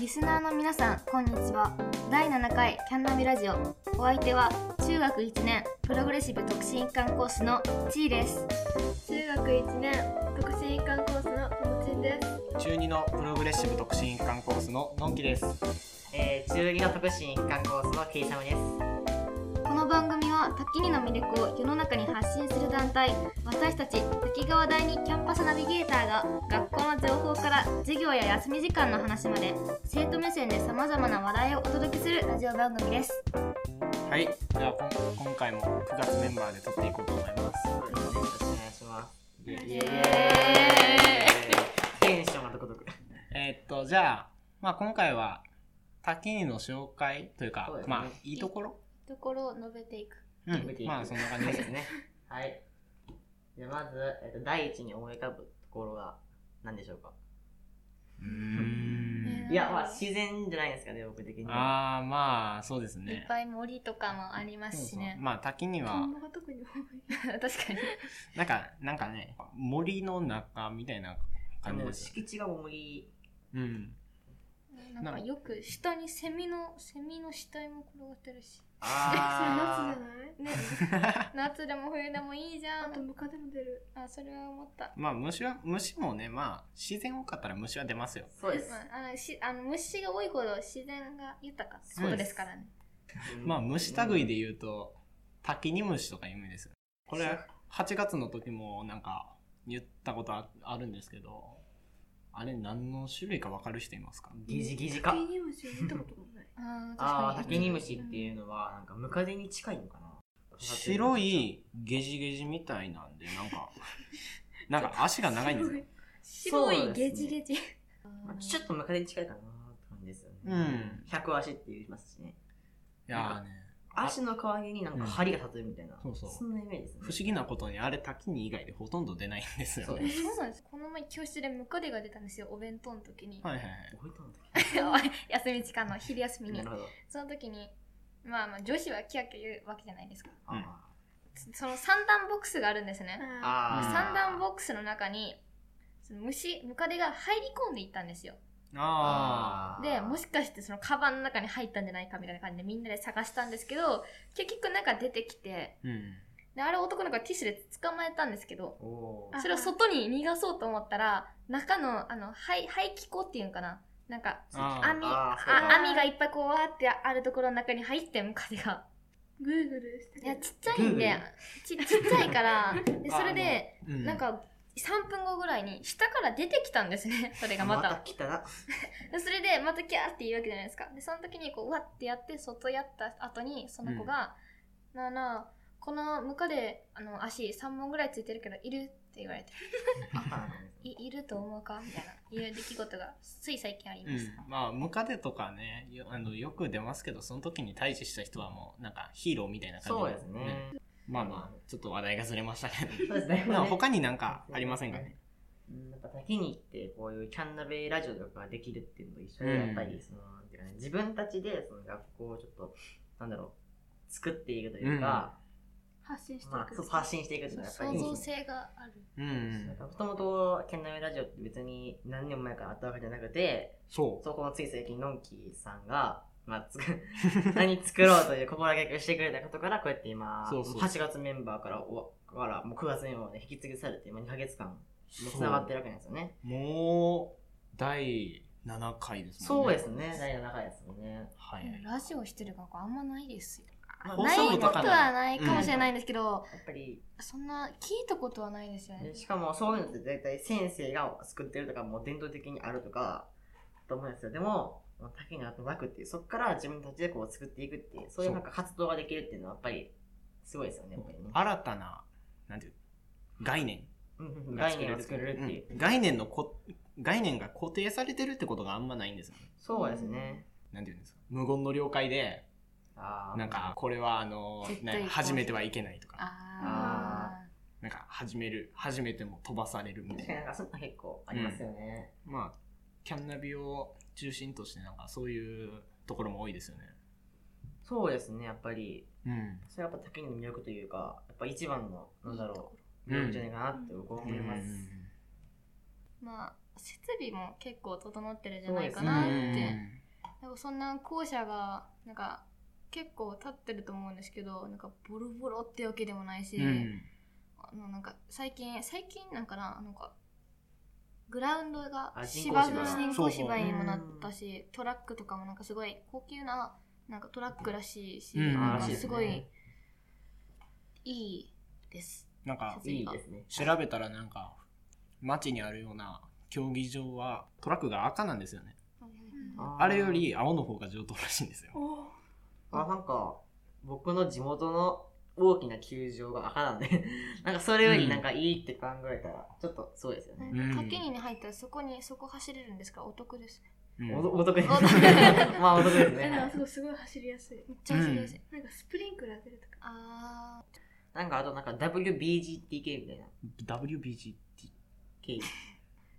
リスナーの皆さんこんにちは第7回キャンナビラジオお相手は中学1年プログレッシブ特進一貫講師のちーです中学一年特進一貫コースのともちんです。中2のプログレッシブ特進一貫コースののんきです。えー、中二の特進一貫コースのケイサムです。この番組は滝にの魅力を世の中に発信する団体私たち滝川第二キャンパスナビゲーターが学校の情報から授業や休み時間の話まで生徒目線でさまざまな話題をお届けするラジオ番組ですはい、ではこん今回も9月メンバーで撮っていこうと思います。そうですね。よろしくお願いします。イエーイイエーイテンションがどこどこ。えーっとじゃあまあ今回は滝にの紹介というかそうですねまあいいところ、ところを述べていくう見んてい、くまあそんな感じはいでですすね。ね。はい。じゃあまず、えっと、第一に思い浮かぶところは何でしょうかうーんいや、まあ自然じゃないですかね、僕的には。ああまあそうですね。いっぱい森とかもありまそうすそしうねまあ滝に田はんぼが特に多い。確かになんかなんかね森の中みたいなあ感じの、ですよ。敷地が重い。うん。 なんかよく下にセミのセミの死体も転がってるしああそれ夏じゃない？ね 夏でも冬でもいいじゃあんとムカデも出る。あそれは思った、まあ虫は虫もねまあ自然多かったら虫は出ますよ。ー。そうですま。あ、あのしあの虫が多いほど自然が豊かってことですからねうんまあ虫類で言うと、滝に虫とか有名ですよね。これ8月の時もなんか言ったことああるんですけど、あれ何の種類かわかる人いますかギジギジカか。ニムシ見たこともな い。ああああ、確かタにケニムシっていうのは、なんかムカデに近いのかな白い。いゲジゲジみたいなんで、なんか、なんか足が長いんですよ。白そういですゲねジゲジ、 まあちょっとムカデに近いかなって感じですよね。うん。百足って言いますしね。いやーね、あ足の代わりになんか針が立つみたいな、そうそうんなイメージですね不思議なことにあれ滝に以外でほとんど出ないんですよそうね。ですそうなんですこの前教室でムカデが出たんですよお弁当の時に、はいはいはい。覚えたんだ 休み時間の昼休みなにるほど、その時にまあまあ女子はキヤキヤ言うわけじゃないですかあうんそその三段ボックスがあるんですね、ああー三段ボックスの中にその虫ムカデが入り込んでいったんですよああーでもしかしてそのカバンの中に入ったんじゃないかみたいな感じでみんなで探したんですけど結局なんか出てきてー。うん。であれ男の子がティッシュで捕まえたんですけどおーあそれを外に逃がそうと思ったら中のあの排排気口っていうのかななんかあー網ああーそうだ網がいっぱいこうわーってあるところの中に入ってムカデがグーグルしていやる。ちっちゃいんでちちっちゃいからでそれでうなん、か3分後ぐらいに下から出てきたんですね それがまた来たなでそれでまたキャーって言うわけじゃないですかでその時にこううわってやって外やった後にその子が「なあなあこのムカデあの足3本ぐらいついてるけどいる?」って言われてあったん「いいると思うか?」みたいないう出来事がつい最近ありうましんた、、まあムカデとかねよあのよく出ますけどその時に対峙した人はもうなんかヒーローみたいな感じそうですねまあまあちょっと話題がずれましたけそうですねど まあ他になんかありませんかねうんやっぱ滝に行ってこういうキャンナベラジオとかができるっていうのと一緒でやっぱりその、なんていうかね、自分たちでその学校をちょっとなんだろう作っていくというか、発信していまあ、く。そう発信していくっていうのはやっぱり創造性があるうん、なんかもともとキャンナベラジオって別に何年も前からあったわけじゃなくてそうそこのつい最近のんきさんが、まあ、つく何作ろうという心がけをしてくれたことからこうやって今そうそう8月メンバーからおからもう9月メンバーまで引き継ぎされて今2ヶ月間もそうつながってるわけなんですよねもう第7回ですもんそうですね第7回ですもんねはいはいラジオしてる学校あんまないですよや放ない送部こととかならはないかもしれないんですけど、っぱりそんな聞いたことはないですよねでしかもそういうのって大体先生が作ってるとかもう伝統的にあるとかと思うんですよでももう竹にはなくっていうそこから自分たちでこう作っていくっていうそういうなんか活動ができるっていうのはやっぱりすごいですよねやっぱりね新たななんていう概念うんが概念を作れるっていう、うん概念のこ概念が固定されてるってことがあんまないんですよねそうですね、なんていうんですか無言の了解でああなんかこれはあの絶対ね始めてはいけないとかああなんか始める始めても飛ばされるみた確いかにななんかそんな結構ありますよね、まあキャンナビを中心としてなんかそういうところも多いですよねそうですねやっぱりうんそれはやっぱ竹の魅力というかやっぱ一番のなんだろううん魅力じゃないかなって僕は思います、まあ設備も結構整ってるんじそゃうなでいすかねなって、うんなんかそんな校舎がなんか結構立ってると思うんですけどなんかボロボロってわけでもないし、うんあのなんか最近最近なんかななんかグラウンドがあ人工芝芝生人そうそ工う芝にもなったしトラックとかもなんかすごい高級ななんかトラックらしいし、うんなんかあらしいすごいいいです。なんかいいですね。調べたらなんか街にあるような競技場はトラックが赤なんですよねあーあれより青の方が上等らしいんですよおあ、なんか、僕の地元の大きな球場が赤なんで、 なんかそれよりなんかいいって考えたら、ちょっとそうですよね。なんかうん滝に入ったらそこにそこ走れるんですからお得ですね。うんおお得ですお得。 まあお得ですえ、なんねか。すごい、すごい走りやすい。めっちゃ走りやすい。なんかスプリンクラー出るとか。あなんかあとなんか WBGTK みたいな。 WBGT K。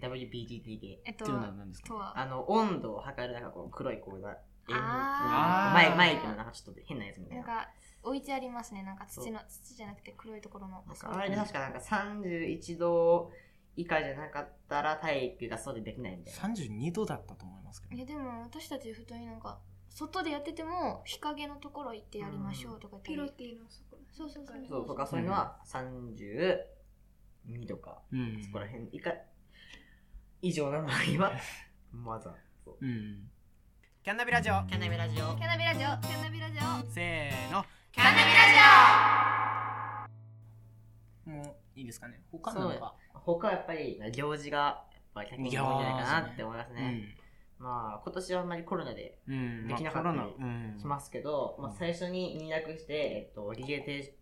WBGTK ー。えっとっていうのは何ですとかはあの、温度を測るなんかこう黒いこうな。あーマイマイクのなんかちょっと変なやつみたいなんな。か置いてありますねなんか土の土じゃなくて黒いところのなんかあれで確かなんか31度以下じゃなかったら体育がそうでできないみたいな。 32度だったと思いますけどえでも私たち普通になんか外でやってても日陰のところ行ってやりましょうとか言ってピロティのそこ。そうそうそうそうとかそういうのは32とか、うんそこら辺以下以上な場合は、まだ。そううんキャンナビラジオキャンナビラジオキャナビラジオキャナビラジオせーのキャナビラもういいですかね他なんか他はやっぱり行事がやっぱ客に多いんじゃないかなって思いますね。まあ今年はあんまりコロナでうんうんできなかっまたありコロナうんしますけど、うんまあ、最初に入学して、えっと、オリエテーション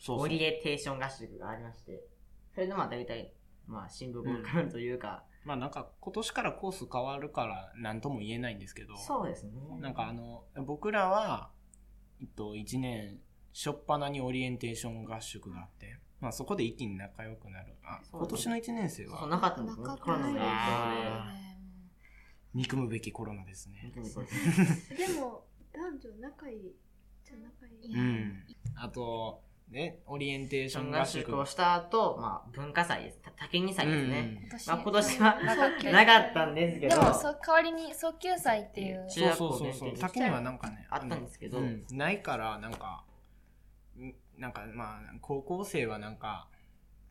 そうそオうリエテーション合宿がありまして、それでまあ大体、まあ新聞を買うというか、まあなんか今年からコース変わるから何とも言えないんですけどそうですね。なんかあの僕らは、えっと、1年初っ端にオリエンテーション合宿があって、まあ、そこで一気に仲良くなるあそう今年の1年生そうはなかったんでジすオねな。コロナの影響あ憎むべきコロナですね、で。そう でも、男女仲いい。じゃ仲いい。いやうん、あと、ね、オリエンテーション合合宿宿をした後、まあ文化祭です。た滝に祭ですね。まあ今年ははなかったんですけでど、もそう代わりに早急祭っていううんそうそうそうそう中学校限定先にはなんかねあったんですけどうないからなんかんなんかまあ高校生はなんか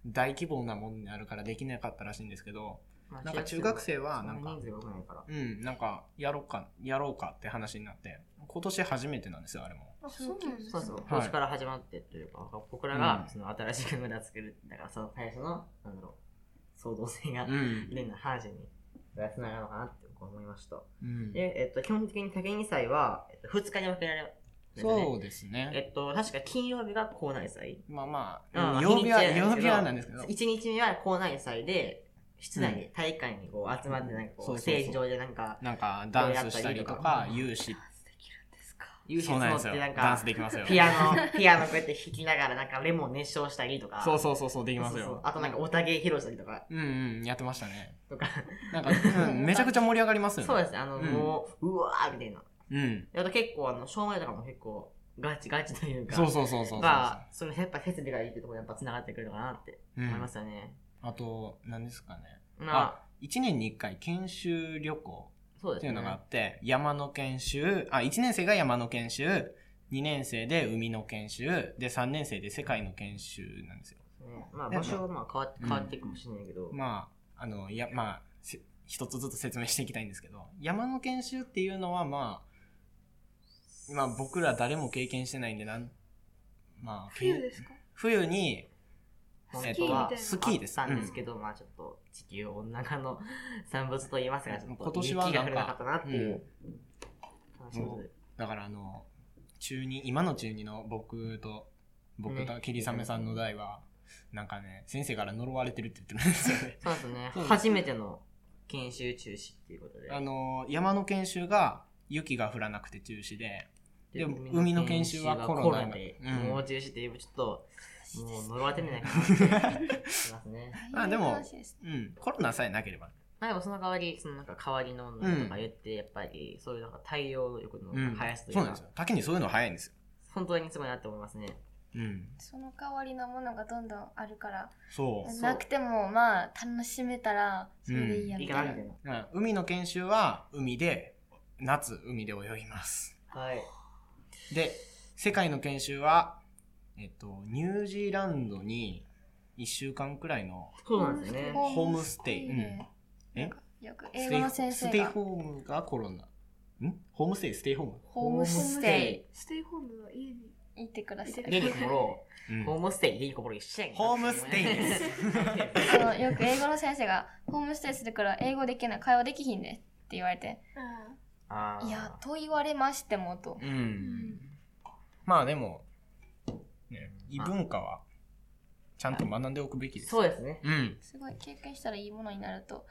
大規模なものになるからできなかったらしいんですけどまあなんか中学生はなんか人数が多くないから。うん、なんか、やろうか、やろうかって話になって、今年初めてなんですよ、あれも。あ、そうなんですそうねそう、はい今年から始まってというか、僕らうがんその新しく村作る、だからその最初の、なんだろう、騒動性が、ん。例の話に、がつながるのかなって僕は思いました。うん、で、えっと、基本的に竹2祭は、えっと、2日に分けられますねそうですえね。っと、確か金曜日が校内祭。まあまうんあ、曜日は、日にち曜なんですけど日はなんですけど1。日目は校内祭で、室内で体育館にこう集まって、なんかそこうそうそうう、ステージ上でなんか、なんか、ダンスしたりとか、有志。できるんですか有志そうなんですよ。募ってなんダンかス、できますよ。ピア ノ、ピアノこうやって弾きながらなんかレモン熱唱したりとか。そうそうそう、そうできますそうそうよ。あとなんかおたげ披露したりとか、うんうん、やってましたね。とか。なんか、 うんめちゃくちゃ盛り上がりますよね。そうですね、あの、うんもう、うわーみたいな。うん。あと結構、あの、照明とかも結構、ガチガチというか。そうそうそうそうそう。が、そのやっぱ設備がいいってところにやっぱ繋がってくるのかなってう思いんま、したね。あと、何ですかね。まあ、 1年に1回研修旅行そうでっすていね。うのがあって、山の研修、あ、1年生が山の研修、2年生で海の研修、で、3年生で世界の研修なんですよ。ねまあ、でも場所はまあ変わって、うん変わっていくかもしれないけど。まあ、あの、いや、まあ、せ一つずつ説明していきたいんですけど、山の研修っていうのは、まあ、まあ僕ら誰も経験してないんで、なん、まあ、け冬ですか冬に、本えっ当とはスキーみたいなあったんですけど、まあちょっと地球温暖化の産物と言いますが、ちょっと今年は雪ながん降からなかったなっていう話もうだからあの、中二、今の中二の僕と、僕とね霧雨さんの代は、なんかね、先生から呪われてるって言ってるんですよ ね。そうですねそう。初めての研修中止っていうことで。あの山の研修が雪が降らなくて中止で でも海の研修はコロナがで、うんもう中止っていうちょっと、もう呪われてんじゃないかなって思いますね。 まあでも大変な話すうん、コロナさえなければ、まあでもその代わり、そのなんか代わりの女の子とか言って、やっぱりそういうなんか対応力のうん速さといそううなんかです、よ滝にそういうの早いんですよ本当にすごいなって思いますね。うん。その代わりのものがどんどんあるからそう。そうなくてもまあ楽しめたらそれでいいいやいみかたないみな、たいな。うん海の研修は海で夏海で泳ぎますはい。で世界の研修は、えっと、ニュージーランドに1週間くらいのそうなんですよね。ホームステイホームスうんえテイなんかよく英語の先ス生テイがホームがコロナんホームステイステイホームホームステイ。イステイホームは家に行ってくださ家いにこもろう。ホームムステイ、家にこもろう。一緒やんホームステイですそのよく英語の先生がホームステイするから英語できない会話できひんでって言われてあーいやと言われましてもとうん、まあでも、ね、異文化はちゃんと学んでおくべきですそうですね。うんすごい経験したらいいものになると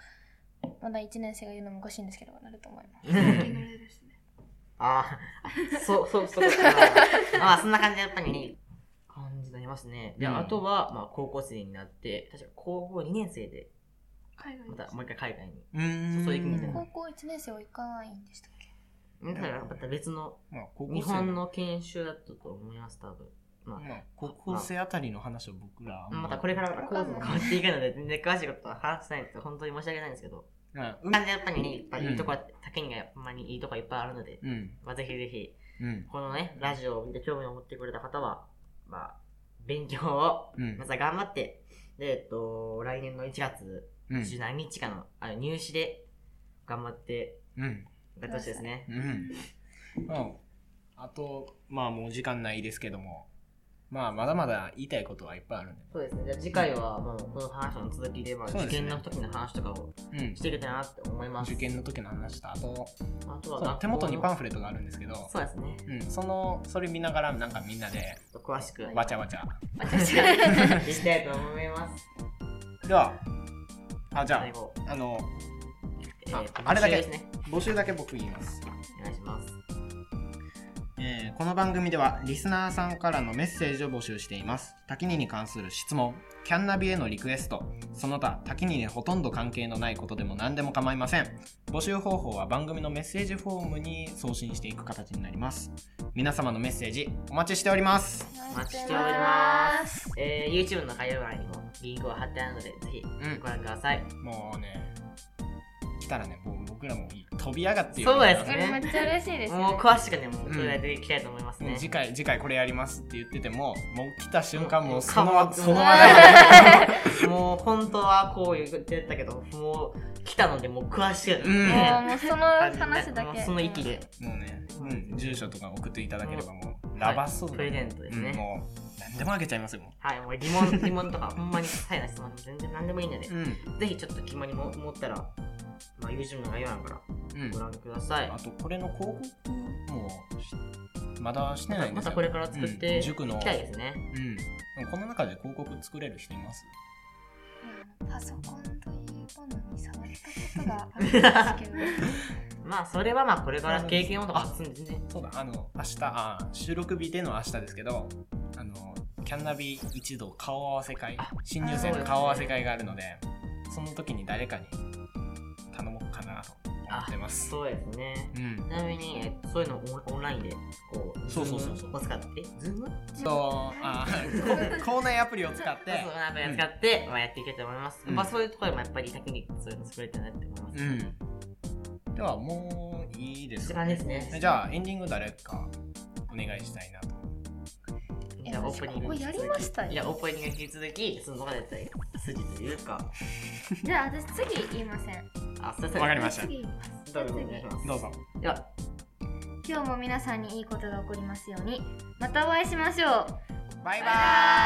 まだ1年生が言うのもおかしいんですけどなると思います慣れるしねああ、そう、そう、そう。あーまあ、そんな感じでやっぱりね、感じになりますね。で、うんあとは、まあ、高校生になって、確か高校2年生で、海外まにたもう一回海外に。うーんそう行くみたいな高校1年生は行かないんでしたっけだから、また別の、まあ高校生日本の研修だったと思います、多分。ままあ、高校生あたりの話を僕らあんあ、りまたこれからコースも変わっていくので、全然詳しいことは話せないって、本当に申し訳ないんですけど。ううんん感じでやっぱりね、いっぱいいいとこは、竹にがほんまにいいとこいっぱいあるので、うんまあ、ぜひぜひ、うんこのね、ラジオを見て興味を持ってくれた方は、まあ、勉強を、うんまずは頑張って、で、えっと、来年の1月、うん十何日かの、あ入試で、頑張って、うんやってほしいですね。うんうんあとまあもう時間ないですけどもまあまだまだ言いたいことはいっぱいあるんでそうですね。じゃあ次回は、もう、この話の続きで、まあ、そう受ですね験の時の話とかをうんしていけたらなって思います。受験の時の話とあとあとそはう手元にパンフフレットがあるんですけどそうですね。ちうん、そのそれ見ながらなんかみんなでょっと詳しく、わ ちゃわちゃ私したいと思います。ではあじゃ最後、ああのえあーあれだけ募集ですね。募集だけ僕言いますお願いします。えーこの番組ではリスナーさんからのメッセージを募集しています滝にに関する質問キャンナビへのリクエストその他滝ににほとんど関係のないことでも何でも構いません募集方法は番組のメッセージフォームに送信していく形になります皆様のメッセージお待ちしておりますお待待ちちししてておおりりまますす。えー、YouTube の概要欄にもリンクを貼ってあるので、ぜひうんご覧ください。もうね来たらねもう僕らも飛び上がってそうですこれめっちゃ嬉しいですもうね詳しくね、もうそれでいきたいと思いますもうね。次回次回これやりますって言っててももう来た瞬間もうそもうのもうそのもう話題 もう本当はこう言ってたけど、もう来たので、もう詳しく、うんもうね。もうその話だもうけその域で、もうね、うん住所とか送っていただければもう、ラバーソードプレゼントですうんね。もう、何でもあげちゃいますよ、もはい、もう疑問、疑問とか、ほんまに些細な質問でも全然何でもいいのでう。、うん。ぜひちょっと気まにも思ったら、まあ、YouTube の概要欄からうんご。覧くださいあ。と、これの広告もし、まだしてないんでますよたこれから作ってうんい塾の、きたいですね。うん。でもこの中で広告作れる人いますパソコンというものに触ったことがあるんですけどまあそれはまあこれから経験をとか積んでね。そうだ、あの、明日、あ収録日での明日ですけど、あの、キャンナビ一同顔合わせ会あ、新入生の顔合わせ会があるので、その時に誰かに頼もうかなと思ってます。そうですね。うんち。なみにえそういうのをオンオンラインでこうそうそうそうそう Zoom を使って、ズーム？そう、あー、校内アプリを使ってそう、そうなんか使って、まあやっていきたいと思います。うんまあそういうところもやっぱり先にそういうの作れたなって思います。うん。では、もういいです時か間ですね。じゃあ、エンディング誰かお願いしたいなと。じゃあオープニングこれやりましたよいやオープニング引き続きその中でやったり筋というか、じゃあ私次言いませんあそうそう。わかりました次言いますす。どうぞお願いします。どうぞ。では今日も皆さんにいいことが起こりますようにまたお会いしましょうバイバーイ